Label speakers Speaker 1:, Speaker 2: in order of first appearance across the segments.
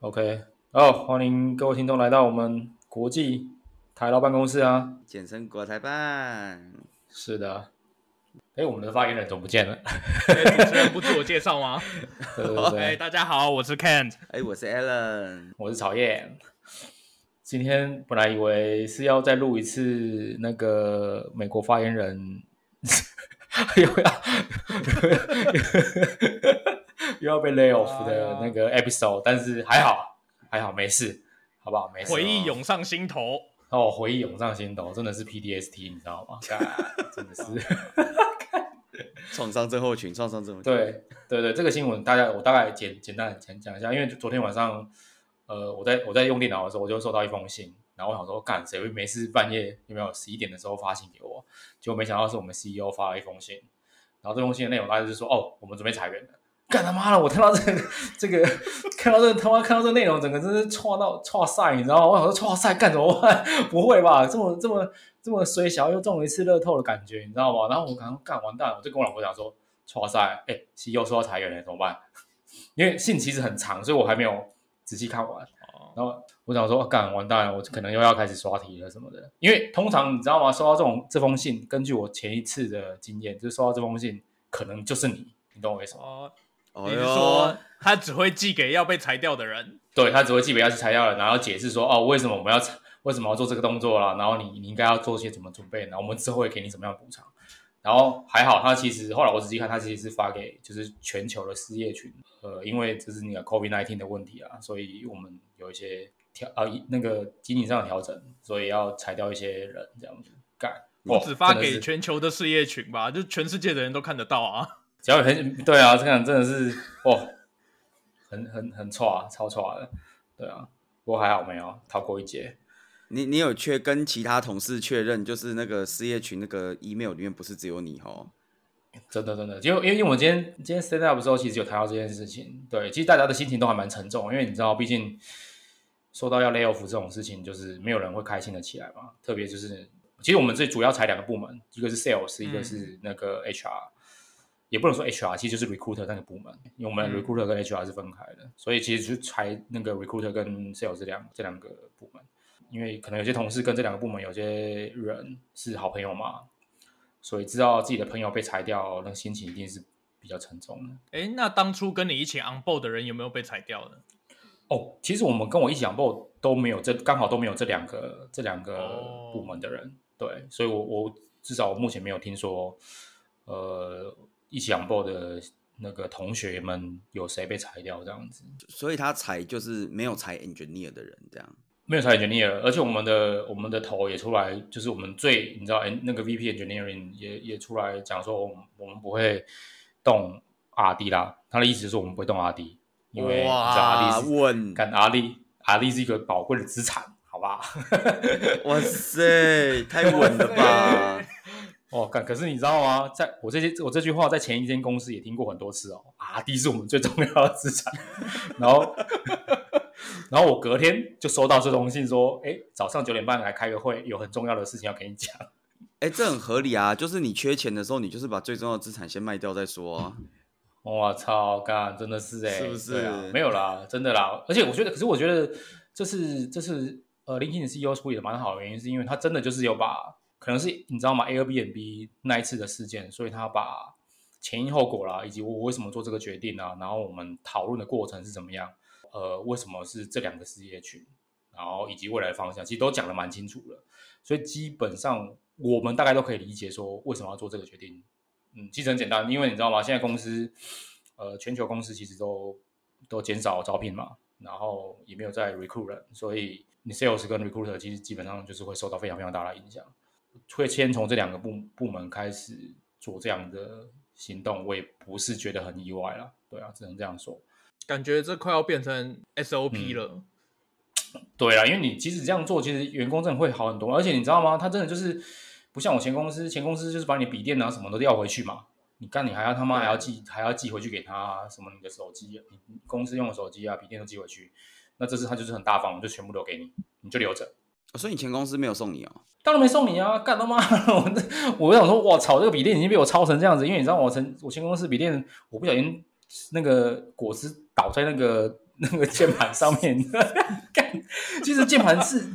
Speaker 1: OK，好，欢迎各位听众来到我们国际台劳办公室啊。
Speaker 2: 简称国台办。
Speaker 1: 是的，哎，我们的发言人怎么不见了？
Speaker 3: 哎主持人不自我介绍吗？
Speaker 1: 对对
Speaker 3: 哎，
Speaker 1: 对，
Speaker 3: 大家好，我是 Kent。
Speaker 2: 哎，我是 Alan。
Speaker 1: 我是曹燕。今天本来以为是要再录一次那个美国发言人， 又要 又要被 lay off 的那个 episode，但是还好，还好没事，好不好？没事。哦
Speaker 3: 回忆涌上心头，
Speaker 1: 让我哦回忆涌上心头，真的是 PDST，你知道吗？干 真的是，
Speaker 2: 创伤症候群，创伤症候群。，
Speaker 1: 对对对，这个新闻大家我大概简简单地讲讲一下，因为昨天晚上，呃，我在我在用电脑的时候，我就收到一封信，然后我想说，干谁会没事半夜有没有十一点的时候发信给我？结果没想到是我们 CEO 发了一封信，然后这封信的内容大概就是说，哦，我们准备裁员了。干他妈的！我看到这个、这个， 看到这个他妈看到这个内容，整个真是错到错赛，你知道吗？我想说错赛干什么办？ 不会吧？这么这么这么衰小又中了一次乐透的感觉，你知道吗？然后我刚刚干完蛋了，我就跟我老婆讲说，错赛，哎、西又说要裁员了，怎么办？ 因为信其实很长，所以我还没有仔细看完。然后我想说，啊干、完蛋了，我可能又要开始刷题了什么的。因为通常你知道吗？收到这种这封信，根据我前一次的经验，就是收到这封信，可能就是你，你懂我意思吗？
Speaker 3: 哦，
Speaker 2: 哦
Speaker 1: 哎
Speaker 3: 你是说他只会寄给要被裁掉的人？
Speaker 1: 对他只会记笔要去裁掉了，然后解释说哦，为什么我们要为什么要做这个动作啦，然后你你应该要做些怎么准备，然后我们之后会给你什么样的补偿。然后还好，他其实后来我仔细看，他其实是发给就是全球的失业群，呃，因为这是那个 COVID nineteen 的问题啊，所以我们有一些调呃一那个经济上的调整，所以要裁掉一些人这样子干。
Speaker 3: 我
Speaker 1: 哇
Speaker 3: 只发
Speaker 1: 真的是
Speaker 3: 给全球的事业群吧，就全世界的人都看得到啊。
Speaker 1: 只要有很对啊，这个人真的是哦，很很很差、超差的，对啊。不过还好没有逃过一劫。
Speaker 2: 你你有确跟其他同事确认，就是那个事业群那个 email 里面不是只有你哦？
Speaker 1: 真的真的，因为因为因为我们今天今天 stand up 的时候，其实有谈到这件事情。对，其实大家的心情都还蛮沉重，因为你知道，毕竟说到要 lay off 这种事情，就是没有人会开心的起来嘛。特别就是，其实我们最主要裁两个部门，一个是 sales，一个是那个 HR，、也不能说 HR，其实就是 recruiter 那个部门，因为我们
Speaker 3: 嗯
Speaker 1: recruiter 跟 HR 是分开的，所以其实就裁那个 recruiter 跟 sales 这两这两个部门。因为可能有些同事跟这两个部门有些人是好朋友嘛，所以知道自己的朋友被裁掉，那个心情一定是比较沉重的。
Speaker 3: 哎，那当初跟你一起 on board 的人有没有被裁掉呢？
Speaker 1: 哦，其实我们跟我一起养 b 都没有这刚好都没有这两个这两个
Speaker 3: 哦
Speaker 1: 部门的人，对，所以我我至少我目前没有听说，呃，一起养 b 的那个同学们有谁被裁掉这样子，
Speaker 2: 所以他裁就是没有裁 engineer 的人这样。
Speaker 1: 没有裁 engineer，而且我们的我们的头也出来，就是我们最你知道，哎，那个 VP engineering 也也出来讲说，我们我们不会动 RD 啦，他的意思是说我们不会动 RD，因为你知道
Speaker 2: 哇，
Speaker 1: RD 是
Speaker 2: 问，
Speaker 1: 干 RD RD 是一个宝贵的资产，好吧？
Speaker 2: 哇塞，太稳了吧？
Speaker 1: 哦，干，可是你知道吗？在我这些我这句话在前一间公司也听过很多次哦，RD 是我们最重要的资产，然后。 然后我隔天就收到这封信，说：“哎，早上九点半来开个会，有很重要的事情要跟你讲。”
Speaker 2: 哎，这很合理啊，就是你缺钱的时候，你就是把最重要的资产先卖掉再说啊。
Speaker 1: 我操，干，真的是哎、
Speaker 2: 是不是
Speaker 1: 对啊？没有啦，真的啦。而且我觉得，可是我觉得这是这是呃林 i n 的 CEO 处理的蛮好的原因，是因为他真的就是有把，可能是你知道吗？Airbnb 那一次的事件，所以他把前因后果啦，以及我为什么做这个决定啊，然后我们讨论的过程是怎么样，呃，为什么是这两个事业群，然后以及未来的方向，其实都讲的蛮清楚了。所以基本上我们大概都可以理解说为什么要做这个决定。嗯，其实很简单，因为你知道吗？现在公司，呃，全球公司其实都都减少招聘嘛，然后也没有在 recruit 人，所以你 sales 跟 recruiter 其实基本上就是会受到非常非常大的影响。会先从这两个部部门开始做这样的行动，我也不是觉得很意外啦。对啊，只能这样说。
Speaker 3: 感觉这快要变成
Speaker 1: 嗯
Speaker 3: SOP 了。
Speaker 1: 对啊，因为你即使这样做，其实员工真的会好很多。而且你知道吗？他真的就是不像我前公司，前公司就是把你的笔电啊什么都要回去嘛。你干，你还要他妈还要寄，还要寄回去给他啊、什么你的手机，你你公司用的手机啊，笔电都寄回去。那这次他就是很大方，就全部留给你，你就留着。
Speaker 2: 哦所以你前公司没有送你哦？
Speaker 1: 当然没送你啊！干他妈！ 我这我想说，我操，这个笔电已经被我抄成这样子，因为你知道我前我前公司笔电，我不小心那个果汁倒在那个 那个键盘上面， 干，其实键盘是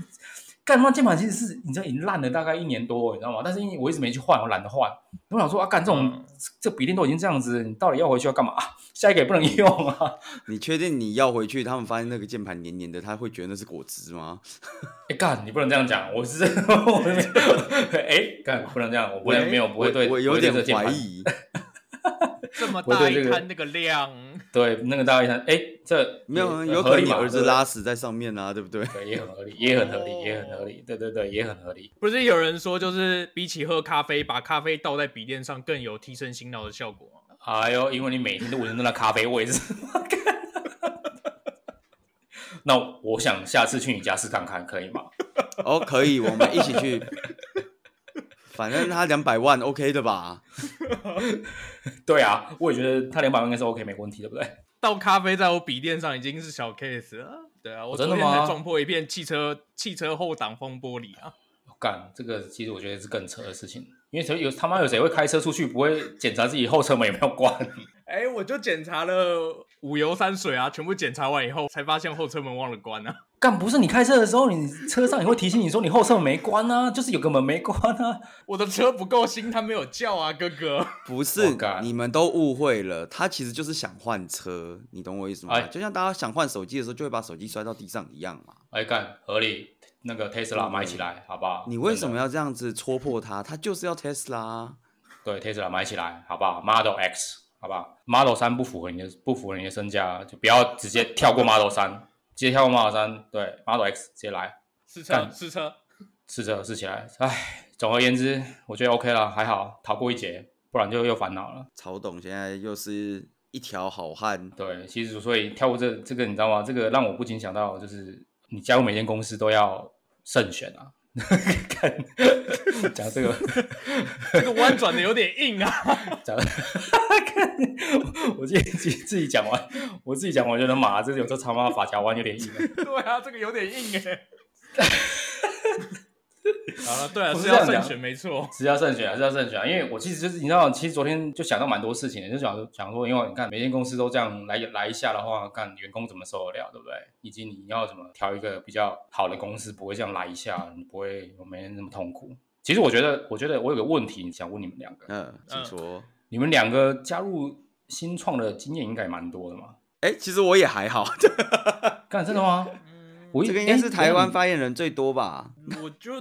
Speaker 1: 干嘛？键盘其实是你知道已经烂了大概一年多，你知道吗？但是因为我一直没去换，我懒得换。我想说啊，干这种、
Speaker 3: 嗯
Speaker 1: 这笔电都已经这样子，你到底要回去要干嘛？ 下一个也不能用啊。
Speaker 2: 你确定你要回去？他们发现那个键盘黏黏的，他会觉得那是果汁吗？
Speaker 1: 哎、干，你不能这样讲，我是 我是 哎、干，不能这样，我不会
Speaker 2: 喂
Speaker 1: 没有不会
Speaker 2: 我
Speaker 1: 对，
Speaker 2: 我
Speaker 1: 不
Speaker 2: 有
Speaker 1: 会对
Speaker 2: 点
Speaker 1: 这个键
Speaker 2: 怀
Speaker 1: 盘
Speaker 2: 疑。
Speaker 3: 这么
Speaker 1: 我
Speaker 3: 大
Speaker 1: 对这
Speaker 3: 一
Speaker 1: 个
Speaker 3: 滩那个量，
Speaker 1: 对，那个大家一看，哎、这
Speaker 2: 没有，
Speaker 1: 也
Speaker 2: 有
Speaker 1: 合
Speaker 2: 可能
Speaker 1: 理
Speaker 2: 你
Speaker 1: 嘛
Speaker 2: 儿子
Speaker 1: 对不对
Speaker 2: 拉屎在上面啊，对不对？
Speaker 1: 对，也很合理，也很合理，
Speaker 3: 哦
Speaker 1: 也很合理，对对对，也很合理。
Speaker 3: 不是有人说就是比起喝咖啡，把咖啡倒在笔电上更有提升醒脑的效果吗？
Speaker 1: 哎呦，因为你每天都闻着那咖啡味 是，那我想下次去你家试看看，可以吗？
Speaker 2: 哦，可以，我们一起去。反正他两百万，OK 的吧？
Speaker 1: 对啊，我也觉得他两百万应该是 OK，没问题，对不对？
Speaker 3: 倒咖啡在我笔电上已经是小 case 了。对啊，我
Speaker 1: 哦真
Speaker 3: 昨
Speaker 1: 的
Speaker 3: 天
Speaker 1: 吗
Speaker 3: 才撞破一片汽车汽车后挡风玻璃啊！
Speaker 1: 哦干，这个其实我觉得是更扯的事情，因为谁有他妈有谁会开车出去不会检查自己后车门有没有关？
Speaker 3: 哎、我就检查了五油三水啊，全部检查完以后才发现后车门忘了关啊。
Speaker 1: 干不是你开车的时候，你车上也会提醒你说你后车门没关啊，就是有个门没关啊。
Speaker 3: 我的车不够新，他没有叫啊，哥哥。
Speaker 2: 不是
Speaker 1: God，
Speaker 2: 你们都误会了，他其实就是想换车，你懂我意思吗？
Speaker 1: 哎
Speaker 2: 就像大家想换手机的时候，就会把手机摔到地上一样嘛。
Speaker 1: 哎干合理，那个 Tesla 买起来好不好？
Speaker 2: 嗯你为什
Speaker 1: 哦真
Speaker 2: 么要这样子戳破他？他就是要 Tesla 啊。
Speaker 1: 的对 Tesla 买起来好不好？Model X 好不好？Model 三不符合你的不符合你的身价，就不要直接跳过 Model 三，直接跳过 Model 三，对 Model X 直接来
Speaker 3: 试车，
Speaker 1: 干
Speaker 3: 试车。
Speaker 1: 试着试起来。哎，总而言之，我觉得 OK 了，还好逃过一劫，不然就又烦恼了。
Speaker 2: 曹董现在又是一条好汉，
Speaker 1: 对，其实所以跳过这这个，你知道吗？这个让我不禁想到，就是你加入每间公司都要慎选啊。 看讲这个，
Speaker 3: 这个弯转的有点硬啊。
Speaker 1: 讲 看我自己自己自己讲完，我自己讲完觉得妈，这有这他妈法夹弯有点硬啊。
Speaker 3: 对啊，这个有点硬哎、好了，对啊，
Speaker 1: 不是
Speaker 3: 是要
Speaker 1: 这样
Speaker 3: 慎
Speaker 1: 讲
Speaker 3: 选，没错。
Speaker 1: 是要慎选啊，是要慎选啊，因为我其实就是你知道，其实昨天就想到蛮多事情的，就想说想说，因为你看每间公司都这样来来一下的话，看员工怎么受得了，对不对？以及你要怎么挑一个比较好的公司，不会这样来一下，你不会每天那么痛苦。其实我觉得，我觉得我有个问题想问你们两个，
Speaker 2: 嗯，请说。
Speaker 1: 你们两个加入新创的经验应该也蛮多的嘛？
Speaker 2: 哎、其实我也还好，
Speaker 1: 干真的吗？我一
Speaker 2: 嗯这个应该
Speaker 1: 诶
Speaker 2: 是台湾
Speaker 1: 你
Speaker 2: 发言人最多吧？
Speaker 3: 我就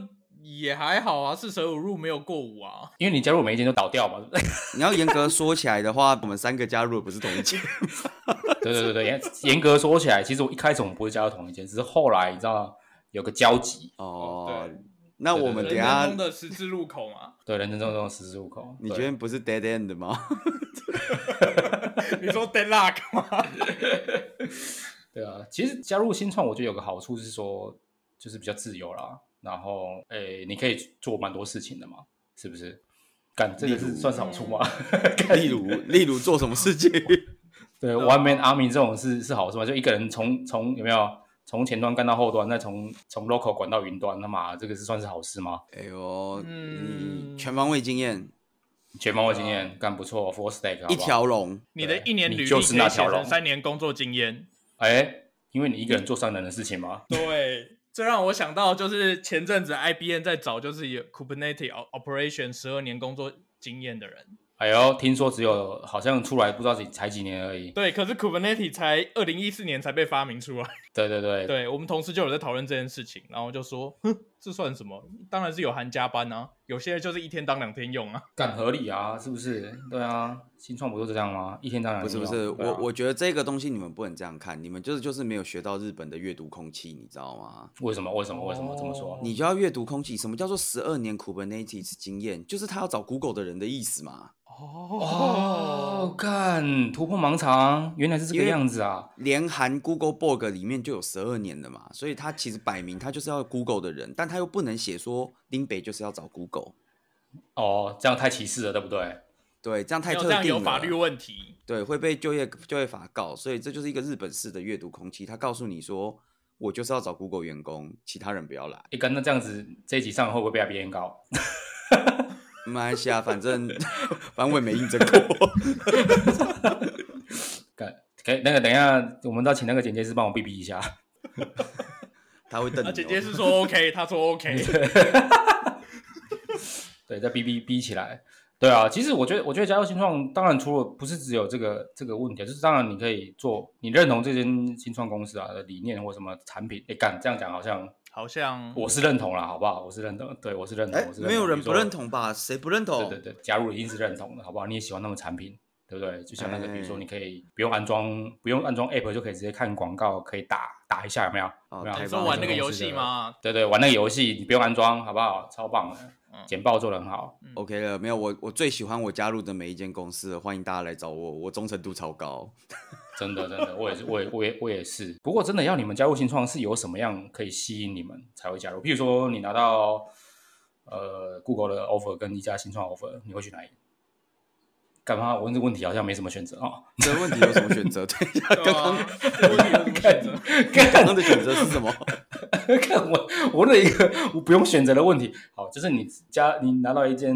Speaker 3: 也还好啊，四舍五入没有过五啊。
Speaker 1: 因为你加入每一间都倒掉嘛，对不 对？
Speaker 2: 你要严格说起来的话，我们三个加入的不是同 一届，
Speaker 1: 对对对对，严严格说起来，其实我一开始我们不会加入同一间，只是后来你知道有个交集，
Speaker 2: 哦
Speaker 3: 对。
Speaker 2: 那
Speaker 1: 对对
Speaker 2: 我们
Speaker 1: 对
Speaker 2: 等一
Speaker 3: 人
Speaker 2: 下
Speaker 3: 生呃中，的十字路口嘛，
Speaker 1: 对，人生中中十字路口。
Speaker 2: 你
Speaker 1: 对
Speaker 2: 觉得不是 dead end 吗？
Speaker 3: 你说 dead luck 吗？
Speaker 1: 对啊，其实加入新创，我觉得有个好处是说，就是比较自由啦。然后，诶，你可以做蛮多事情的嘛，是不是？干，这个
Speaker 2: 例
Speaker 1: 是
Speaker 2: 如嗯
Speaker 1: 算是好处吗？
Speaker 2: 例如，例如做什么事情？
Speaker 1: 对，one
Speaker 2: 啊
Speaker 1: man army 这种是是好处吗？就一个人从从有没有从前端干到后端，再从从 local 管到云端，那嘛，这个是算是好事吗？
Speaker 2: 哎呦，
Speaker 3: 嗯
Speaker 2: 你全方位经验，
Speaker 1: 全方位经验，干不错，full stack 好不好
Speaker 2: 啊一条龙。
Speaker 3: 你的一年履历
Speaker 1: 你
Speaker 3: 可
Speaker 1: 就
Speaker 3: 以
Speaker 1: 是
Speaker 3: 写
Speaker 1: 那条
Speaker 3: 成
Speaker 1: 龙
Speaker 3: 三年工作经验。
Speaker 1: 哎，因为你一个人做商人的事情嘛，
Speaker 3: 对，这让我想到就是前阵子 IBM 在找就是有 Kubernetes operation 十二年工作经验的人。
Speaker 1: 哎呦，听说只有好像出来不知道几才几年而已。
Speaker 3: 对，可是 Kubernetes 才二零一四年才被发明出来。
Speaker 1: 对对对，
Speaker 3: 对我们同事就有在讨论这件事情，然后就说，哼，这算什么？当然是有含加班啊，有些人就是一天当两天用啊。
Speaker 1: 干合理啊，是不是？对啊，新创不就这样吗？一天当然
Speaker 2: 不是
Speaker 1: 一
Speaker 2: 不
Speaker 1: 样
Speaker 2: 是，
Speaker 1: 对啊
Speaker 2: 我我觉得这个东西你们不能这样看，你们就是就是没有学到日本的阅读空气，你知道吗？
Speaker 1: 为什么为什么为什么这么说
Speaker 3: 哦？
Speaker 2: 你就要阅读空气。什么叫做十二年 Kubernetes 经验？就是他要找 Google 的人的意思嘛。
Speaker 1: 哦，，干突破盲肠，原来是这个样子啊！
Speaker 2: 连含 Google Blog 里面就有十二年的嘛，所以他其实摆明他就是要 Google 的人，但他又不能写说林北就是要找 Google，
Speaker 1: 哦，这样太歧视了，对不哎对？
Speaker 2: 对，这样
Speaker 3: 没
Speaker 2: 太特
Speaker 3: 有这
Speaker 2: 定了。
Speaker 3: 样有法律问题。
Speaker 2: 对，会被就业就业法告，所以这就是一个日本式的阅读空气。他告诉你说，我就是要找 Google 员工，其他人不要来。
Speaker 1: 哎，干那这样子，这一集上会不会被别人告？
Speaker 2: 没关 系啊，反正反正我也没应征过。
Speaker 1: 干可以那个等一下，我们到请那个剪接师帮我避避一下。
Speaker 2: 他会瞪你、哦。
Speaker 3: 那啊姐姐是说 OK，她 说 OK，
Speaker 1: 对，再逼逼逼起来。对啊，其实我觉得，我觉得加入新创，当然除了不是只有这个这个问题，就是当然你可以做，你认同这间新创公司啊的理念或什么产品，哎，敢这样讲好像
Speaker 3: 好像
Speaker 1: 我是认同啦，好不好？我是认同，对我是认同，
Speaker 2: 哎
Speaker 1: 我，是认同
Speaker 2: 嗯没有人不认
Speaker 1: 同。
Speaker 2: 同吧？谁不认同？
Speaker 1: 对对对，加入一定是认同的，好不好？你也喜欢他们产品，对不对？就像那个，比如
Speaker 2: 哎
Speaker 1: 说你可以不用安装，不用安装 app 就可以直接看广告，可以打打一下，有没有？
Speaker 2: 哦
Speaker 1: 有没有
Speaker 2: 太
Speaker 3: 你
Speaker 2: 棒
Speaker 3: 说
Speaker 2: 了
Speaker 3: 玩那个游戏？吗？
Speaker 1: 对对，玩那个游戏你不用安装，好不好？超棒的
Speaker 3: 嗯，
Speaker 1: 简报做的很好。
Speaker 2: OK 了，没有我我最喜欢我加入的每一间公司了，欢迎大家来找我，我忠诚度超高。
Speaker 1: 真的，真的，我也是，我也，我也，我也是。不过，真的要你们加入新创是有什么样可以吸引你们才会加入？譬如说，你拿到呃 Google 的 offer 跟一家新创 offer，你会去哪一个？干嘛？我问这个问题好像没什么选择啊、哦。
Speaker 2: 这个问题有什么选 择？对呀，
Speaker 3: 对
Speaker 2: 刚
Speaker 3: 啊
Speaker 2: 刚
Speaker 3: 这个问题有什么选择？
Speaker 2: 刚刚的选择是什么？
Speaker 1: 看我，我问了一个我不用选择的问题。好，就是你加你拿到一间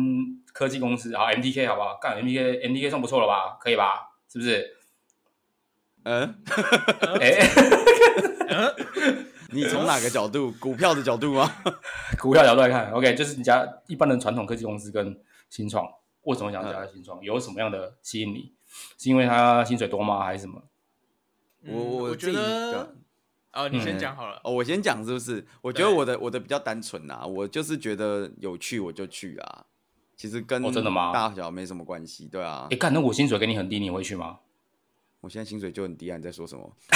Speaker 1: 科技公司，好 MTK 好不好？干 MTK MTK 算不错了吧？可以吧？是不是？
Speaker 2: 嗯，
Speaker 1: 哎、
Speaker 2: 你从哪个角度？股票的角度吗？
Speaker 1: 股票角度来看，OK，就是你家一般的传统科技公司跟新创，为什么想加入新创？有什么样的吸引你？是因为它薪水多吗？还是什么？
Speaker 3: 嗯
Speaker 2: 我我
Speaker 3: 我
Speaker 2: 自己
Speaker 3: 觉得，啊，你
Speaker 1: 嗯
Speaker 3: 先讲好了。
Speaker 2: 哦，我先讲是不是？我觉得
Speaker 3: 对
Speaker 2: 我的我的比较单纯啦、我就是觉得有趣我就去啊，其实跟
Speaker 1: 哦真的吗
Speaker 2: 大小没什么关系，对啊
Speaker 1: 哎、。看那我薪水给你很低，你会去吗？
Speaker 2: 我现在薪水就很低啊，你在说什么？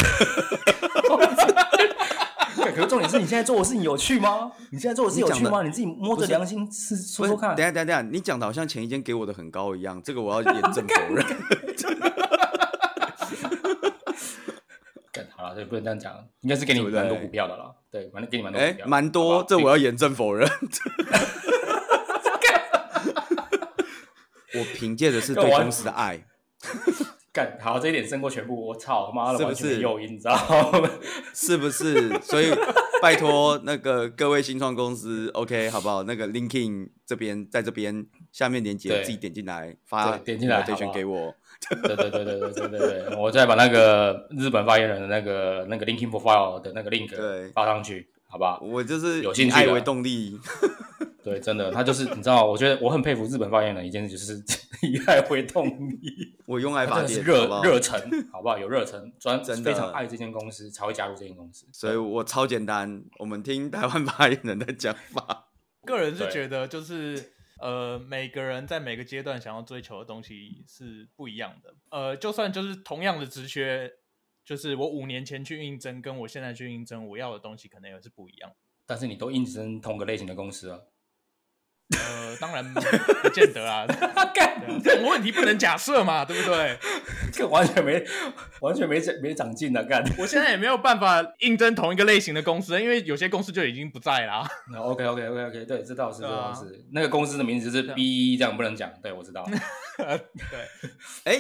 Speaker 1: 可是重点是你现在做的事情有趣吗？你现在做的事情有趣
Speaker 2: 你讲
Speaker 1: 吗？你自己摸着良心是说
Speaker 2: 不是
Speaker 1: 说看
Speaker 2: 等一。下等一下等一下，你讲的好像前一间给我的很高一样，这个我要严 正否认。
Speaker 1: 干好了，对，不能这样讲，应该是给你
Speaker 2: 对不对
Speaker 1: 蛮多股票的啦。对，反正给你蛮多股
Speaker 2: 哎
Speaker 1: 票，，
Speaker 2: 蛮
Speaker 1: 好
Speaker 2: 多，
Speaker 1: 吧
Speaker 2: 这我要严正否认。 我凭借的是对公司的爱，
Speaker 1: 干好这一点胜过全部。我操，妈的，
Speaker 2: 是不
Speaker 1: 完全没
Speaker 2: 是
Speaker 1: 诱因，你知道吗？
Speaker 2: 是不是？所以拜托那个各位新创公司，OK 好不好？那个 LinkedIn 这边在这边下面连接
Speaker 1: 对
Speaker 2: 自己点进来发
Speaker 1: 对点进来好不好
Speaker 2: invitation 给我。
Speaker 1: 对对对对对对对对，我再把那个日本发言人的那个那个 LinkedIn profile 的那个 link
Speaker 2: 对
Speaker 1: 发上去，好吧？
Speaker 2: 我就是
Speaker 1: 有兴
Speaker 2: 以
Speaker 1: 趣的
Speaker 2: 爱为动力，
Speaker 1: 对，真的，他就是你知道，我觉得我很佩服日本发言人一件事，就是 以爱为动力，
Speaker 2: 我用爱
Speaker 1: 他真
Speaker 2: 发
Speaker 1: 的是
Speaker 2: 电，好
Speaker 1: 热
Speaker 2: 不好
Speaker 1: 热忱，好不好？有热忱，专
Speaker 2: 真的
Speaker 1: 非常爱这间公司，才会加入这间公司。
Speaker 2: 所以我超简单。我们听台湾发言人的讲法，
Speaker 3: 个人是
Speaker 1: 对
Speaker 3: 觉得就是。呃，每个人在每个阶段想要追求的东西是不一样的。呃，就算就是同样的职缺，就是我五年前去应征，跟我现在去应征，我要的东西可能也是不一样。
Speaker 1: 但是你都应征同个类型的公司啊，
Speaker 3: 呃，当然不见得啊， 对啊这种问题不能假设嘛，对不对？
Speaker 1: 这完全没完全没没长进的、啊、干。
Speaker 3: 我现在也没有办法应征同一个类型的公司，因为有些公司就已经不在啦。
Speaker 1: 那 OK OK OK OK，对，这倒是这
Speaker 3: 对啊
Speaker 1: 倒是，那个公司的名字是 B，这样不能讲，对我知道。
Speaker 3: 对，
Speaker 2: 哎、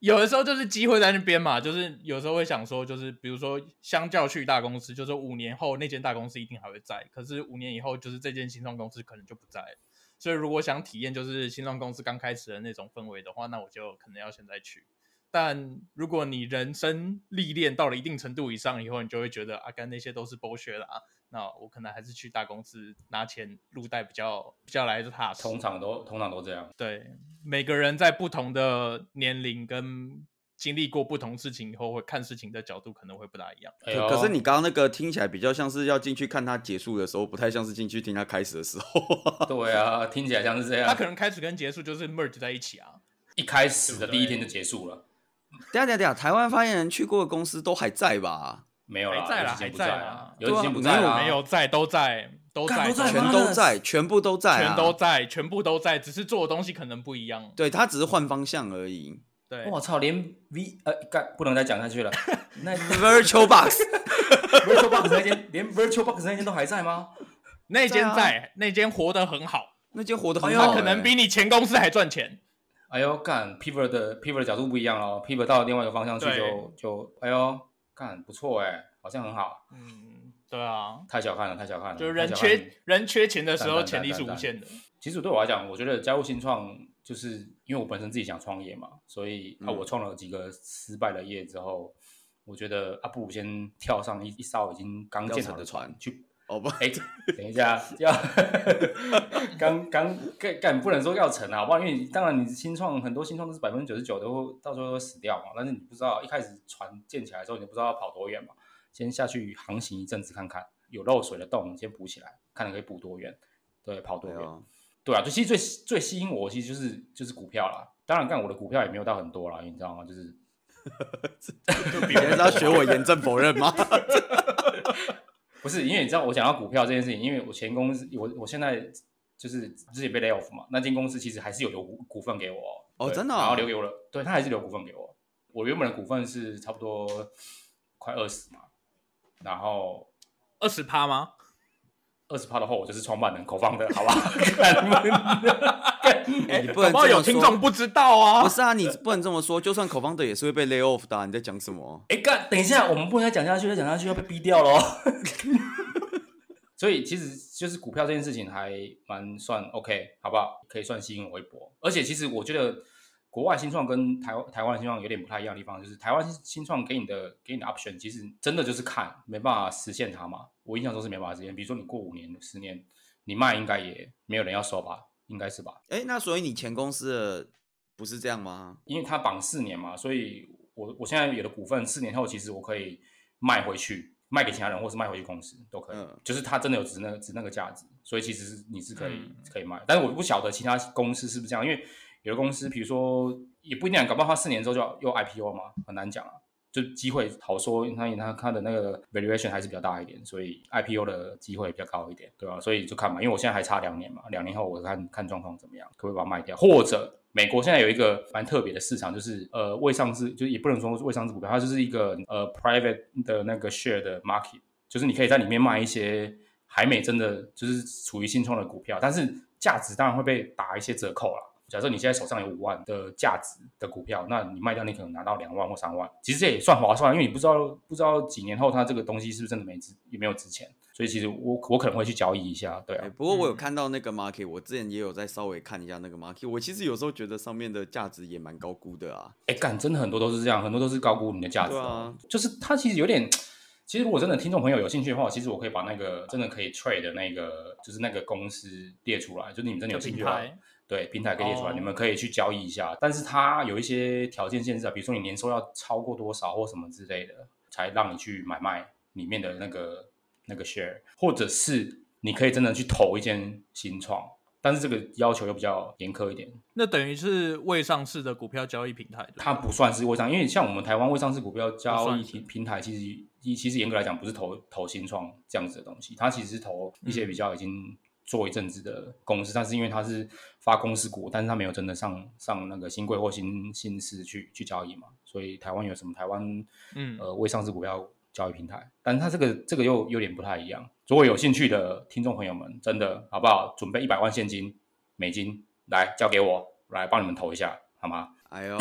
Speaker 3: 有的时候就是机会在那边嘛，就是有时候会想说，就是比如说，相较去大公司，就是五年后那间大公司一定还会在，可是五年以后，就是这间新创公司可能就不在了。所以如果想体验就是新创公司刚开始的那种氛围的话，那我就可能要现在去。但如果你人生历练到了一定程度以上以后，你就会觉得啊，干那些都是剥削了啊。那我可能还是去大公司拿钱入袋比较比较来的踏实。
Speaker 1: 通常都通常都这样，
Speaker 3: 对，每个人在不同的年龄跟经历过不同事情以后，会看事情的角度可能会不大一样。
Speaker 1: 哎
Speaker 2: 可
Speaker 1: 呦
Speaker 2: 可是你刚刚那个听起来比较像是要进去看他结束的时候，不太像是进去听他开始的时候。
Speaker 1: 对啊，听起来像是这
Speaker 3: 他
Speaker 1: 样
Speaker 3: 可。能开始跟结束就是 merge 在一起啊。
Speaker 1: 一开始的
Speaker 3: 对不对
Speaker 1: 第一天就结束了，
Speaker 2: 等一下等一下等一下，台湾发言人去过的公司都还在吧？
Speaker 1: 没有啦，
Speaker 3: 还在啦
Speaker 1: 有几间不
Speaker 3: 还在
Speaker 1: 啦
Speaker 3: 啦，
Speaker 1: 有几间不
Speaker 2: 对啊
Speaker 1: 在啦，
Speaker 3: 没有在，都在，都
Speaker 1: 干都
Speaker 3: 在，
Speaker 1: 在
Speaker 2: 全
Speaker 1: 吗
Speaker 2: 都在，全部都在、啊，
Speaker 3: 全都在，全部都在，只是做的东西可能不一样。
Speaker 2: 对他只是换方向而已。
Speaker 3: 对，啊
Speaker 1: 我操，连 V 呃，干不能再讲下 去了。那
Speaker 2: Virtual Box，
Speaker 1: Virtual Box 那间，连 Virtual Box 那间都还在吗？
Speaker 3: 那间
Speaker 2: 在啊
Speaker 3: 在，那间活得很好，
Speaker 2: 那间活得
Speaker 1: 哎
Speaker 2: 很
Speaker 1: 呦
Speaker 2: 好、欸
Speaker 3: 可能比你前公司还赚钱。
Speaker 1: 哎呦，干 Pivot 的 Pivot 的角度不一样哦，Pivot 到另外一个方向去
Speaker 3: 对
Speaker 1: 欸就就，哎呦，干不错哎，好像很好。
Speaker 3: 嗯，对啊，
Speaker 1: 太小看了，太小看了。
Speaker 3: 就是
Speaker 1: 太
Speaker 3: 人
Speaker 1: 小看
Speaker 3: 缺人缺钱的时候，
Speaker 1: 赞赞
Speaker 3: 潜力是
Speaker 1: 赞
Speaker 3: 无
Speaker 1: 赞
Speaker 3: 限的。
Speaker 1: 其实对我来讲，我觉得加入新创，就是因为我本身自己想创业嘛，所以啊，
Speaker 2: 嗯
Speaker 1: 我创了几个失败的业之后，我觉得啊，不如先跳上一一艘已经刚建好
Speaker 2: 要沉的船
Speaker 1: 去。
Speaker 2: 哦不，
Speaker 1: 哎、等一下，要刚刚干干不能说要沉啊，好不好？因为你当然你新创很多新创都是百分之九十九都会到最后都会死掉嘛，但是你不知道一开始船建起来的时候，你不知道要跑多远嘛，先下去航行一阵子看看，有漏水的洞先补起来，看你可以补多远， 对，跑多
Speaker 2: 对
Speaker 1: 远。
Speaker 2: 哦，
Speaker 1: 对啊，就其实最最吸引我，其实就是就是股票啦。当然，干我的股票也没有到很多啦，你知道吗？就是
Speaker 2: 你还是要学我严正否认吗？
Speaker 1: 不是因为你知道我讲到股票这件事情，因为我前公司我我现在就是之前被 lay off 嘛，那间公司其实还是有留股股份给我
Speaker 2: 哦
Speaker 1: 对
Speaker 2: 真的哦
Speaker 1: 然后留给我了，对他还是留股份给我。我原本的股份是差不多快二十嘛，然后
Speaker 3: 二十趴吗？
Speaker 1: 二十趴的话，我就是创办人口放的，好吧？ 干你们
Speaker 2: 哎你不
Speaker 3: 搞
Speaker 2: 能
Speaker 3: 不好
Speaker 2: 这
Speaker 3: 有
Speaker 2: 样
Speaker 3: 听
Speaker 2: 说
Speaker 3: 众。不知道啊
Speaker 2: 不。是啊，你不能这么说。就算口方的也是会被 lay off 的啊、你在讲什么？
Speaker 1: 哎，干，等一下，我们不能再讲下去，再讲下去要被逼掉喽。 所以其实就是股票这件事情还蛮算 OK，好不好？可以算吸引我一波。而且其实我觉得国外新创跟台湾台湾新创有点不太一样的地方，就是台湾新创给你的给你的 option，其实真的就是看没办法实现它嘛。我印象中是没办法实现，比如说你过五年、十年，你卖应该也没有人要收吧，应该是吧？
Speaker 2: 哎，那所以你前公司的不是这样吗？
Speaker 1: 因为它绑四年嘛，所以我我现在有的股份四年后其实我可以卖回去，卖给其他人，或是卖回去公司都可以。
Speaker 2: 嗯
Speaker 1: 就是它真的有值那值那个价值，所以其实是你是可以、
Speaker 3: 嗯
Speaker 1: 可以卖，但是我不晓得其他公司是不是这样，因为有的公司比如说也不一定啊，搞不好它四年之后就要又 IPO 嘛，很难讲啊。就机会好说，因为它它的那个 valuation 还是比较大一点，所以 IPO 的机会比较高一点，对吧、所以就看嘛，因为我现在还差两年嘛，两年后我看看状况怎么样，可不可以把它卖掉，或者美国现在有一个蛮特别的市场，就是呃未上市，就是也不能说是未上市股票，它就是一个呃 private 的那个 share 的 market，就是你可以在里面卖一些还没真的就是处于新创的股票，但是价值当然会被打一些折扣啦。假设你现在手上有五万的价值的股票，那你卖掉你可能拿到两万或三万，其实这也算划算，因为你不知道不知道几年后它这个东西是不是真的没值有没有值钱，所以其实我我可能会去交易一下，对啊
Speaker 2: 哎、，不过我有
Speaker 3: 嗯
Speaker 2: 看到那个 market，我之前也有在稍微看一下那个 market。我其实有时候觉得上面的价值也蛮高估的啊。
Speaker 1: 哎，干，真的很多都是这样，很多都是高估你的价值、哦
Speaker 2: 对 啊，
Speaker 1: 就是它其实有点，其实如果真的听众朋友有兴趣的话，其实我可以把那个真的可以 trade 的那个，就是那个公司列出来，就是你们真的
Speaker 3: 有
Speaker 1: 有兴
Speaker 3: 平
Speaker 1: 趣的话，
Speaker 3: 台，
Speaker 1: 对平台可以列出来，
Speaker 3: 哦
Speaker 1: 你们可以去交易一下，但是它有一些条件限制啊，比如说你年收要超过多少或什么之类的，才让你去买卖里面的那个那个 share，或者是你可以真的去投一间新创，但是这个要求又比较严苛一点，
Speaker 3: 那等于是未上市的股票交易平台。对吧
Speaker 1: 它不算是未上，因为像我们台湾未上市股票
Speaker 3: 不
Speaker 1: 交
Speaker 3: 算
Speaker 1: 易
Speaker 3: 是
Speaker 1: 平平台，其实一其实严格来讲不是投投新创这样子的东西，它其实是投一
Speaker 3: 嗯
Speaker 1: 些比较已经做一阵子的公司，但是因为它是发公司股，但是它没有真的上上那个新贵或新新市去去交易嘛，所以台湾有什么台湾
Speaker 3: 嗯
Speaker 1: 呃未上市股票交易平台，但是它这个这个又有点不太一样。如果有兴趣的听众朋友们，真的好不好？准备一百万现金美金来交给我，来帮你们投一下好吗？
Speaker 2: 哎呦，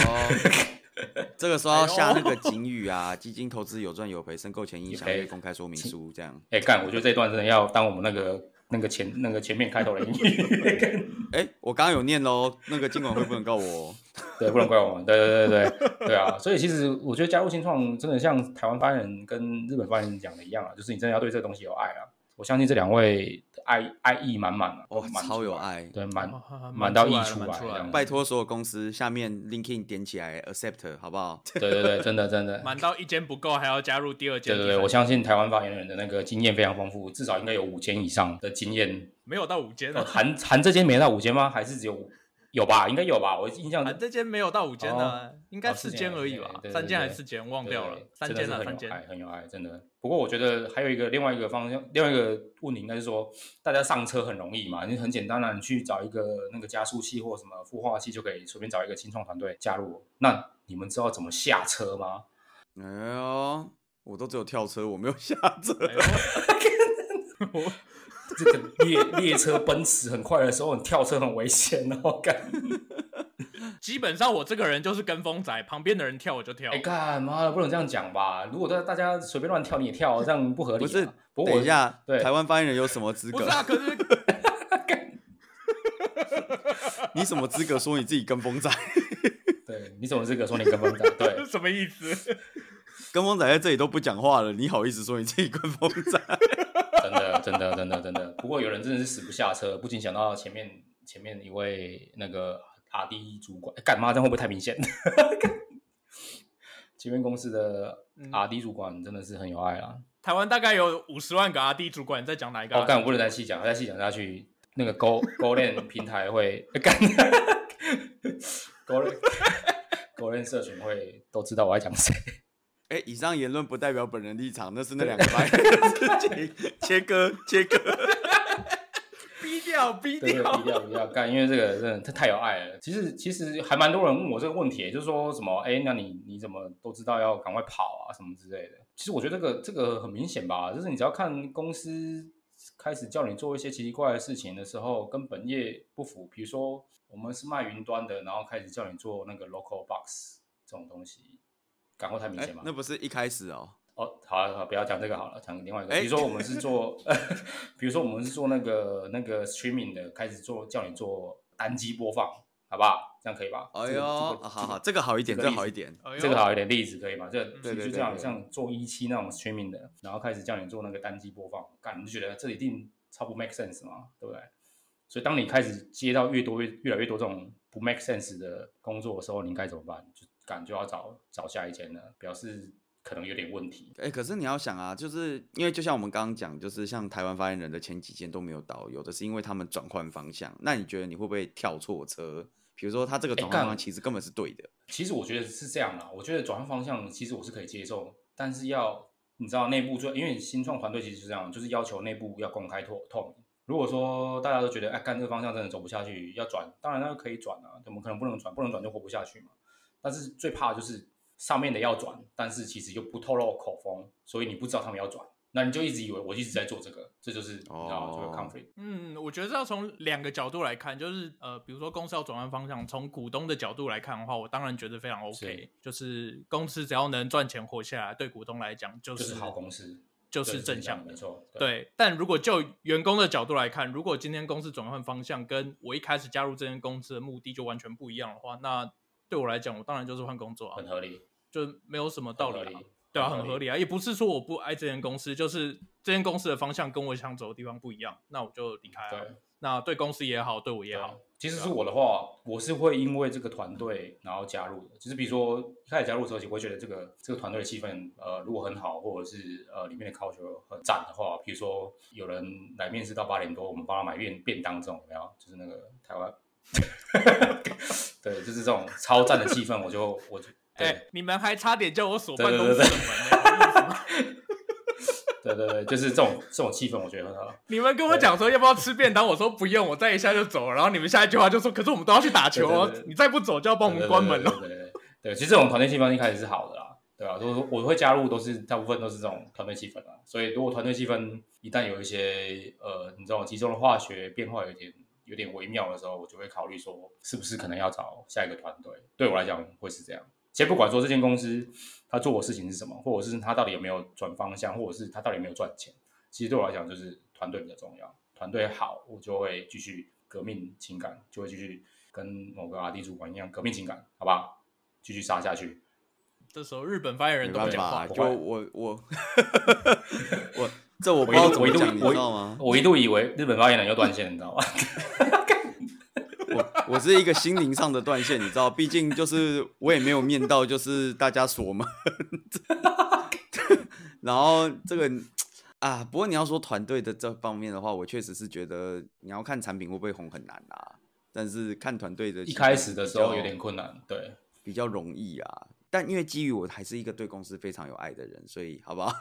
Speaker 2: 这个时候要下那个警语啊，基金投资有赚有赔，申购前应详阅
Speaker 1: 赔
Speaker 2: 公开说明书。这样，
Speaker 1: 哎、干！我觉得这一段真的要当我们那个那个前那个前面开头的音乐，干
Speaker 2: 哎、我刚刚有念喽，那个金管会不能告我哦。
Speaker 1: 对，不能怪我们，对对对对对啊！所以其实我觉得加入新创真的像台湾发言人跟日本发言人讲的一样啊，就是你真的要对这个东西有爱啊！我相信这两位爱爱意满满啊，
Speaker 2: 哇、
Speaker 1: 满出来
Speaker 2: 超有，爱！
Speaker 1: 对，满
Speaker 3: 哦还还
Speaker 1: 满
Speaker 3: 蛮
Speaker 1: 到
Speaker 3: 出
Speaker 1: 溢
Speaker 3: 来了
Speaker 1: 出
Speaker 3: 蛮
Speaker 1: 来
Speaker 3: 出
Speaker 1: 这
Speaker 3: 来了
Speaker 1: 样，
Speaker 2: 拜托所有公司，下面 LinkedIn 点起来 accept 好不好？
Speaker 1: 对对对，真的真 的，
Speaker 3: 满到一间不够，还要加入第二间。
Speaker 1: 对对
Speaker 3: 第
Speaker 1: 对，我
Speaker 3: 三间
Speaker 1: 相信台湾发言人的那个经验非常丰富，至少应该有五间以上的经验，
Speaker 3: 没有到五间啊
Speaker 1: 呃
Speaker 3: 呢，
Speaker 1: 含含这间没到五间吗？还是只有五有吧？应该有吧？我印象
Speaker 3: 啊，这间没有到五间呢，应该
Speaker 1: 哦四
Speaker 3: 四间
Speaker 1: 间
Speaker 3: 而已吧
Speaker 1: 对对，对
Speaker 3: 三间还
Speaker 1: 对
Speaker 3: 是四间，忘
Speaker 1: 对
Speaker 3: 掉了，三
Speaker 1: 真
Speaker 3: 间
Speaker 1: 的
Speaker 3: 了，
Speaker 1: 是很有
Speaker 3: 三
Speaker 1: 爱，
Speaker 3: 间。
Speaker 1: 很有爱，真的。不过我觉得还有一个另外一个方向，另外一个问题应该是说，大家上车很容易嘛，你很简单啦、啊你去找一个那个加速器或什么孵化器就可以随便找一个新创团队加入。那你们知道怎么下车吗？
Speaker 2: 哎呦，我都只有跳车，我没有下车。
Speaker 3: 哎呦我
Speaker 1: 这个列列车奔驰很快的时候，你跳车很危险哦，干。
Speaker 3: 基本上我这个人就是跟风仔，旁边的人跳我就跳
Speaker 1: 哎、。干妈的，不能这样讲吧？如果大大家随便乱跳，你也跳，这样不合理、啊。
Speaker 2: 不是
Speaker 1: 不过
Speaker 2: 等
Speaker 1: 我
Speaker 2: 一，下，
Speaker 1: 对
Speaker 2: 台湾发言人有什么资
Speaker 3: 不
Speaker 2: 格
Speaker 3: 是？啊，可是，
Speaker 2: 你什么资格说你自己跟风仔？
Speaker 1: 对你怎么有资格说你跟风仔？对
Speaker 3: 什么意思？
Speaker 2: 跟风仔在这里都不讲话了，你好意思说你自己跟风 仔？
Speaker 1: 真的，真的，真的，真的。不过有人真的是死不下车，不禁想到前面前面一位那个 R D 主管，哎干妈这样会不会太明显？ 前面公司的 R D 主管真的是很有爱啊！
Speaker 3: 台湾大概有五十万个阿弟主管，你在讲哪一个啊
Speaker 1: 哦，
Speaker 3: 阿弟？
Speaker 1: 干，我不能再细讲，再细讲下去，那个 Go Go l a n 平台会干 Go l a n Go l a n 社群会都知道我在讲谁。
Speaker 2: 哎、以上言论不代表本人立场，那是那两个发言人的事情， 切割切割。
Speaker 3: 逼掉，逼
Speaker 1: 对对，
Speaker 3: 掉
Speaker 1: 低。调低调 干，因为这个真的太太有爱了。其实其实还蛮多人问我这个问题，就是说什么，哎，那你你怎么都知道要赶快跑啊什么之类的？其实我觉得这个这个很明显吧，就是你只要看公司开始叫你做一些奇奇怪怪的事情的时候，跟本业不符，比如说我们是卖云端的，然后开始叫你做那个 local box 这种东西，赶快太明
Speaker 2: 哎、
Speaker 1: 显吧？
Speaker 2: 那不是一开始哦，
Speaker 1: 哦，好、啊、好、啊，不要讲这个好了，讲另外一个。
Speaker 2: 哎
Speaker 1: 比如说我们是做， 比如说我们是做那个那个 streaming 的，开始做叫你做单机播放，好不好？这样可以吧？
Speaker 2: 哎
Speaker 1: 这
Speaker 2: 呦，
Speaker 1: 个
Speaker 2: 啊好好，，这个好一点，
Speaker 1: 这个
Speaker 2: 这个
Speaker 1: 例子
Speaker 2: 好一点。
Speaker 3: 哎呦
Speaker 1: 这个这个好一点例子可以吗？这
Speaker 2: 对
Speaker 1: 个
Speaker 2: 对
Speaker 1: 就
Speaker 2: 对
Speaker 1: 这样，
Speaker 2: 对
Speaker 1: 像做一期那种 streaming 的，然后开始叫你做那个单机播放，干，你就觉得这一定超不 make sense 嘛，对不对？所以当你开始接到越多越越来越多这种不 make sense 的工作的时候，你该怎么办？就感就要找找下一间了，表示可能有点问题。
Speaker 2: 哎、可是你要想啊，就是因为就像我们刚刚讲，就是像台湾发言人的前几间都没有倒，有的是因为他们转换方向。那你觉得你会不会跳错车？比如说他这个
Speaker 1: 哎
Speaker 2: 转换
Speaker 1: 干
Speaker 2: 方向其实根本是对的，
Speaker 1: 其实我觉得是这样啦，我觉得转换方向其实我是可以接受，但是要你知道内部就因为新创团队其实是这样，就是要求内部要公开透透明。如果说大家都觉得哎干这个方向真的走不下去，要转，当然那可以转啊，怎么可能不能转？不能转就活不下去嘛。但是最怕的就是上面的要转，但是其实又不透露口风，所以你不知道他们要转，那你就一直以为我一直在做这个，这就是你知道
Speaker 2: 哦
Speaker 1: 这个 conflict。
Speaker 3: 嗯，我觉得是要从两个角度来看，就是呃，比如说公司要转换方向，从股东的角度来看的话，我当然觉得非常 OK，
Speaker 1: 是
Speaker 3: 就是公司只要能赚钱活下来，对股东来讲就
Speaker 1: 就是是好公司，
Speaker 3: 就
Speaker 1: 就是
Speaker 3: 正向
Speaker 1: 没
Speaker 3: 的。
Speaker 1: 错。
Speaker 3: 对，但如果就员工的角度来看，如果今天公司转换方向跟我一开始加入这间公司的目的就完全不一样的话，那对我来讲，我当然就是换工作啊
Speaker 1: 很，合理，
Speaker 3: 就没有什么
Speaker 1: 很
Speaker 3: 道
Speaker 1: 合
Speaker 3: 理、
Speaker 1: 理
Speaker 3: 啊。，对啊，
Speaker 1: 很合
Speaker 3: 很合
Speaker 1: 理
Speaker 3: 理啊，也不是说我不爱这间公司，就是这间公司的方向跟我想走的地方不一样，那我就离开啊了、
Speaker 1: 对。
Speaker 3: 那对公司也好，对我啊也好
Speaker 1: 对，其实是我的话，我是会因为这个团队然后加入的。就是比如说一开始加入的时候，我会觉得这个这个团队的气氛，呃，如果很好，或者是呃里面的 culture 很赞的话，比如说有人来面试到八点多，我们帮他买便便当这种，有没有？就是那个台湾， 对，就是这种超赞的气氛，我就我就
Speaker 3: 哎、
Speaker 1: 对
Speaker 3: 你们还差点叫我锁
Speaker 1: 对
Speaker 3: 办
Speaker 1: 对
Speaker 3: 公
Speaker 1: 对
Speaker 3: 室的门、欸
Speaker 1: 对对对，就是这种这种气氛，我觉得很好。
Speaker 3: 你们跟我讲说要不要吃便当，我说不用，我再一下就走了。然后你们下一句话就说，可是我们都要去打球哦
Speaker 1: 对对，对
Speaker 3: 你再不走就要帮我们关门
Speaker 1: 对
Speaker 3: 哦了。
Speaker 1: 对对对对对，其实这种团队气氛一开始是好的啦，对吧、都是我会加入，都是大部分都是这种团队气氛啊。所以如果团队气氛一旦有一些呃，你知道其中的化学变化有点有点微妙的时候，我就会考虑说，是不是可能要找下一个团队。对我来讲会是这样。先不管说这间公司它做的事情是什么，或者是它到底有没有转方向，或者是它到底有没有赚钱，其实对我来讲就是团队比较重要。团队好，我就会继续革命情感，就会继续跟某个阿弟主管一样革命情感，好不好？继续杀下去。
Speaker 3: 这时候日本发言人
Speaker 2: 没
Speaker 3: 都不
Speaker 2: 办
Speaker 3: 讲
Speaker 2: 法
Speaker 3: 话
Speaker 2: 啊，
Speaker 1: 不
Speaker 2: 就
Speaker 1: 会
Speaker 2: 我我 我这我不
Speaker 1: 我
Speaker 2: 知道
Speaker 1: 一度我
Speaker 2: 怎么
Speaker 1: 一度
Speaker 2: 讲，你知道
Speaker 1: 我
Speaker 2: 吗？
Speaker 1: 我一度以为日本发言人又断线，你知道 吗？
Speaker 2: 我我是一个心灵上的断线，你知道，毕竟就是我也没有面到，就是大家锁门， 然后这个啊，不过你要说团队的这方面的话，我确实是觉得你要看产品会不会红很难啊，但是看团队的
Speaker 1: 一开始的时候
Speaker 2: 比较
Speaker 1: 有点困
Speaker 2: 哦
Speaker 1: 难，对，
Speaker 2: 比较容易啊。但因为基于我还是一个对公司非常有爱的人，所以好不 好？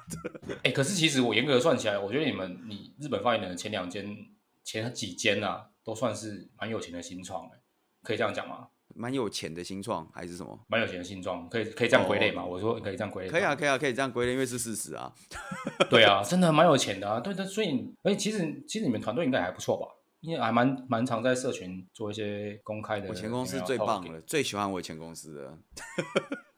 Speaker 1: 哎、可是其实我严格地算起来，我觉得你们你日本发言人的前两间、前几间啊，都算是蛮有钱的新创、欸，可以这样讲吗？
Speaker 2: 蛮有钱的新创还是什么？
Speaker 1: 蛮有钱的新创，可以可以这样归类吗？我说可以这样归类，
Speaker 2: 哦可以啊，，可以啊，可以这样归类，因为是事实啊。
Speaker 1: 对啊，真的蛮有钱的啊，对对，所以而且其实其实你们团队应该还不错吧？因为还蛮蛮常在社群做一些公开的。
Speaker 2: 我前公司
Speaker 1: 啊
Speaker 2: 最棒，了，最喜欢我前公司的。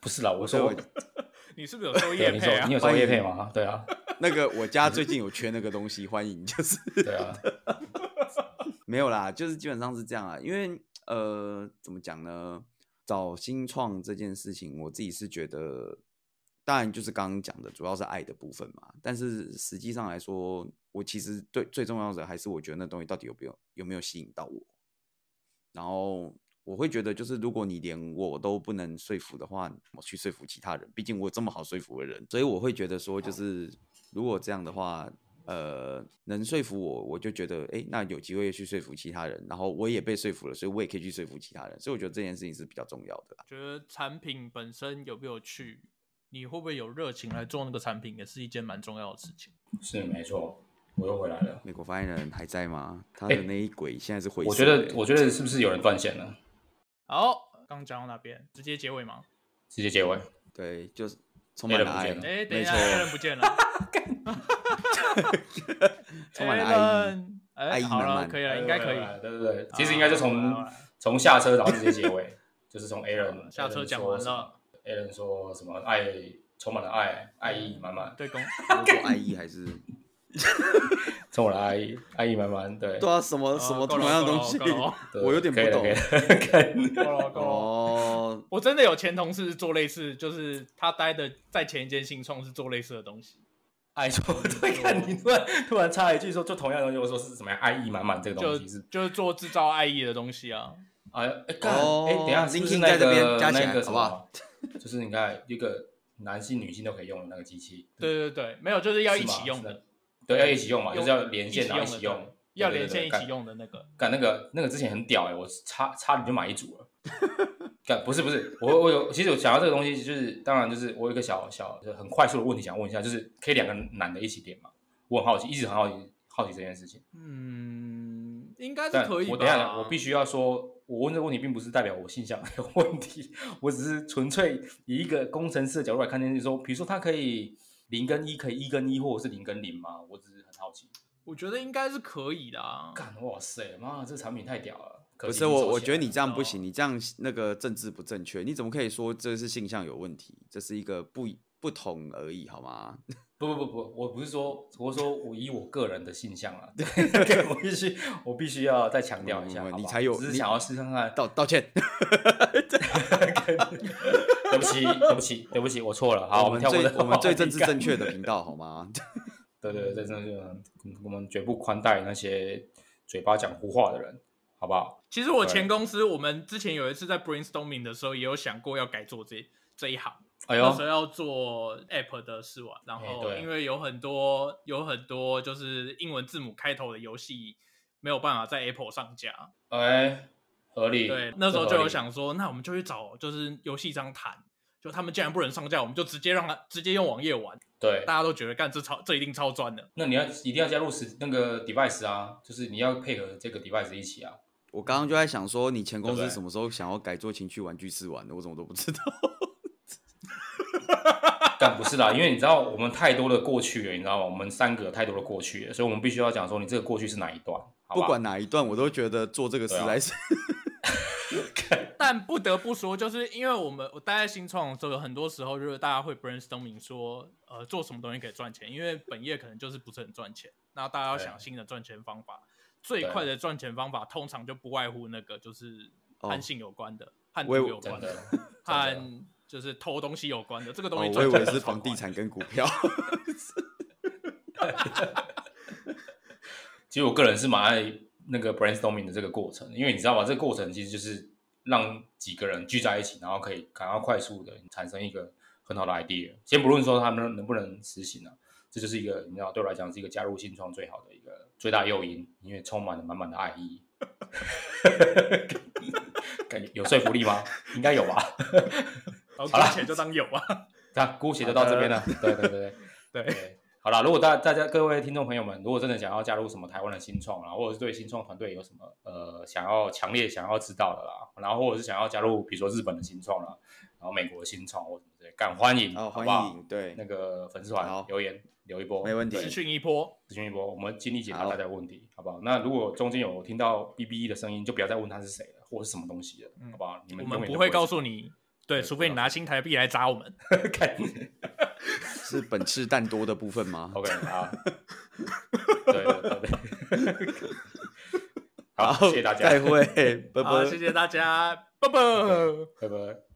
Speaker 1: 不是啦，我
Speaker 2: 所以
Speaker 1: 说
Speaker 2: 我
Speaker 3: 你是不是有收
Speaker 1: 对啊，
Speaker 3: 业
Speaker 1: 你
Speaker 3: 配
Speaker 1: 说
Speaker 3: 啊
Speaker 1: 你？有收叶配吗？对啊，
Speaker 2: 那个我家最近有缺那个东西，欢迎就是
Speaker 1: 对啊，
Speaker 2: 没有啦，就是基本上是这样啊，因为呃，怎么讲呢？找新创这件事情，我自己是觉得，当然就是刚刚讲的，主要是爱的部分嘛。但是实际上来说，我其实对最重要的还是我觉得那东西到底有没有有没有吸引到我。然后我会觉得，就是如果你连我都不能说服的话，我去说服其他人，毕竟我有这么好说服的人，所以我会觉得说，就是如果这样的话，呃，能说服我，我就觉得，哎，那有机会去说服其他人，然后我也被说服了，所以我也可以去说服其他人，所以我觉得这件事情是比较重要的啦。
Speaker 3: 觉得产品本身有没有趣，你会不会有热情来做那个产品，也是一件蛮重要的事情。
Speaker 1: 是没错，我又回来了。
Speaker 2: 美国发言人还在吗？他的
Speaker 1: 诶
Speaker 2: 那一轨现在是回、
Speaker 1: 我觉得，我觉得是不是有人断线了？
Speaker 3: 好，刚讲到哪边？直接结尾吗？
Speaker 1: 直接结尾。
Speaker 2: 对，就是充满了
Speaker 1: Alan 不
Speaker 2: 爱，
Speaker 1: 见了
Speaker 3: 哎、等一
Speaker 2: 没
Speaker 3: 下
Speaker 2: 错，
Speaker 3: ，Allen 不见了，
Speaker 2: 充满了爱意。
Speaker 3: Allen，哎、
Speaker 2: 爱意
Speaker 3: 好
Speaker 2: 满
Speaker 3: 了，
Speaker 2: 满
Speaker 3: 可以了，应该可以。
Speaker 1: 对啊对对，其实应该就从
Speaker 3: 好啦啊
Speaker 1: 从下车然后直接结尾， 就是从 Aaron
Speaker 3: 下车讲完了，
Speaker 1: Aaron 说什么 Aaron 说什么爱充满了爱，爱意满满，
Speaker 3: 对 公，
Speaker 2: 如果爱意还 是
Speaker 1: 充满了爱意，爱意满满。对
Speaker 2: 对，啊，什么什么
Speaker 3: 哦够
Speaker 2: 同
Speaker 3: 了
Speaker 2: 样的
Speaker 3: 够了
Speaker 2: 东西
Speaker 3: 够了，
Speaker 1: 对
Speaker 2: 我有点不
Speaker 1: 可以了
Speaker 2: 懂。
Speaker 1: 可以了
Speaker 3: 够了 够了。
Speaker 2: 哦，
Speaker 3: 我真的有前同事做类似，就是他待的在前一间新创是做类似的东西，
Speaker 1: 爱 说，哎对，看你突 然突然插一句说，就同样的东西，我说是怎么样，爱意满满这个
Speaker 3: 就
Speaker 1: 东西是
Speaker 3: 就是做制造爱意的东西啊。
Speaker 1: 啊，哎，干哎，等一下，
Speaker 2: 哦
Speaker 1: 是不是
Speaker 2: Linkin
Speaker 1: 那
Speaker 2: 在这边
Speaker 1: 个
Speaker 2: 加起来
Speaker 1: 那个什
Speaker 2: 好不好
Speaker 1: 么？就是你看一个男性、女性都可以用的那个机器，
Speaker 3: 对对对，没有，就是要一起用
Speaker 1: 是吗
Speaker 3: 的，
Speaker 1: 对，要一起用嘛，就
Speaker 3: 用
Speaker 1: 是要连线然后
Speaker 3: 一
Speaker 1: 一
Speaker 3: 起
Speaker 1: 起
Speaker 3: 用
Speaker 1: 用
Speaker 3: 的，要
Speaker 1: 对
Speaker 3: 连线一起。
Speaker 1: 对对对
Speaker 3: 用的那个。
Speaker 1: 干干那个那个之前很屌哎，我差差点就买一组了。干不是不是，我我有其实我想到这个东西，就是当然就是我有一个小小就很快速的问题想问一下，就是可以两个男的一起连吗？我很好奇，一直很好奇好奇这件事情。
Speaker 3: 嗯，应该是
Speaker 1: 但
Speaker 3: 可以吧。
Speaker 1: 我等一下，我必须要说，我问这个问题并不是代表我性向有问题，我只是纯粹以一个工程师的角度来看这件事。说，比如说它可以零跟一，可以一跟一，或者是零跟零吗？我只是很好奇。
Speaker 3: 我觉得应该是可以的啊。
Speaker 1: 干，哇塞，妈，这产品太屌了！可
Speaker 2: 不
Speaker 1: 惜
Speaker 2: 是
Speaker 1: 已经
Speaker 2: 我，
Speaker 1: 收
Speaker 2: 我
Speaker 1: 起
Speaker 2: 觉得
Speaker 1: 来
Speaker 2: 你
Speaker 1: 了
Speaker 2: 这样不
Speaker 3: 哦
Speaker 2: 行，你这样那个政治不正确，你怎么可以说这是性向有问题？这是一个不一不同而已，好吗？
Speaker 1: 不不不不，我不是说，我说我以我个人的性向啊， 对，我必须我必须要再强调一下，好
Speaker 2: 嗯
Speaker 1: 不
Speaker 2: 你
Speaker 1: 好
Speaker 2: 才有
Speaker 1: 只是
Speaker 2: 你
Speaker 1: 想要试看看。
Speaker 2: 道道歉，
Speaker 1: 对不起，对不起，对不起，我错了。好，
Speaker 2: 我
Speaker 1: 们
Speaker 2: 们
Speaker 1: 跳过
Speaker 2: 最
Speaker 1: 这个
Speaker 2: 我们
Speaker 1: 话
Speaker 2: 最
Speaker 1: 题
Speaker 2: 政治
Speaker 1: 干
Speaker 2: 正 确的频道，好吗？
Speaker 1: 对对对，这真的就是我们绝不宽待那些嘴巴讲胡话的人，好不好？
Speaker 3: 其实我前公司，我们之前有一次在 brainstorming 的时候，也有想过要改做这这一行。
Speaker 1: 哎
Speaker 3: 那时候
Speaker 1: 呦，
Speaker 3: 要做 app 的试玩，然
Speaker 1: 哎
Speaker 3: 后
Speaker 1: 对
Speaker 3: 因为有很多有很多就是英文字母开头的游戏没有办法在 Apple 上架，
Speaker 1: 哎，合理。
Speaker 3: 对，那时候就有
Speaker 1: 有，
Speaker 3: 想说，那我们就去找就是游戏商谈，就他们既然不能上架，我们就直接让他直接用网页玩，
Speaker 1: 对，
Speaker 3: 大家都觉得干这超这一定超赚的，
Speaker 1: 那你要一定要加入实那个 device 啊，就是你要配合这个 device 一起啊。
Speaker 2: 我刚刚就在想说，你前公
Speaker 1: 对不对
Speaker 2: 司什么时候想要改做情趣玩具试玩的？我怎么都不知道。
Speaker 1: 但不是啦，因为你知道我们太多的过去了，你知道吗？我们三个有太多的过去了，所以我们必须要讲说你这个过去是哪一段，好吧
Speaker 2: 不管哪一段，我都觉得做这个实
Speaker 1: 对啊
Speaker 2: 在是、
Speaker 3: 但不得不说，就是因为我们我待在新创的时候，有很多时候就是大家会 brainstorming 说，呃，做什么东西可以赚钱，因为本业可能就是不是很赚钱，那大家要
Speaker 1: 对
Speaker 3: 想新的赚钱方法。最快的赚钱方法通常就不外乎那个，就是
Speaker 2: 哦
Speaker 3: 和性有关的、和毒
Speaker 2: 我以为
Speaker 3: 有
Speaker 1: 真
Speaker 3: 关
Speaker 1: 的
Speaker 3: 的、，和就是偷东西有关的。这个
Speaker 2: 哦
Speaker 3: 东西
Speaker 2: 我以
Speaker 3: 赚钱
Speaker 2: 为
Speaker 3: 真
Speaker 2: 是
Speaker 3: 的超
Speaker 2: 房地
Speaker 3: 快
Speaker 2: 产跟股票。
Speaker 1: 其实我个人是蛮爱那个 brainstorming 的这个过程，因为你知道吧，这个过程其实就是让几个人聚在一起，然后可以赶快快速的产生一个很好的 idea。先不论说他们能不能实行啊，这就是一个你知道对我来讲是一个加入新创最好的一个最大诱因，因为充满了满满的爱意。 感觉有说服力吗？应该有吧。
Speaker 3: 然后
Speaker 1: 好啦
Speaker 3: 姑且就当有啊。
Speaker 1: 那姑且就到这边了。 对对对对。
Speaker 3: 对，
Speaker 1: 对，好啦，如果大大家各位听众朋友们，如果真的想要加入什么台湾的新创啊，或者是对新创团队有什么呃想要强烈想要知道的啦，然后或者是想要加入比如说日本的新创啦，然后美国新创或什么之类，敢欢 迎，
Speaker 2: 哦，
Speaker 1: 好
Speaker 2: 欢
Speaker 1: 不好
Speaker 2: 迎，对
Speaker 1: 那，个粉丝
Speaker 2: 好
Speaker 1: 团留言留一波，
Speaker 2: 没问题
Speaker 1: 对
Speaker 3: 资讯一波，
Speaker 1: 咨询一波，我们尽力解答
Speaker 2: 好
Speaker 1: 大家的问题，好不好？那如果中间有听到 B B E 的声音，就不要再问他是谁了，或是什么东西了，
Speaker 3: 嗯
Speaker 1: 好不好？你们永
Speaker 3: 我们
Speaker 1: 远都
Speaker 3: 不
Speaker 1: 不
Speaker 3: 会告
Speaker 1: 知道
Speaker 3: 诉你，对，
Speaker 1: 对
Speaker 3: 除非你拿新台币来砸我们。
Speaker 1: 看
Speaker 2: 是本次蛋多的部分吗？
Speaker 1: OK 好，对对对对， 好，谢谢大家，
Speaker 2: 再会，拜
Speaker 3: 好，
Speaker 2: 拜
Speaker 3: 谢。谢大家，拜拜。
Speaker 1: 拜拜。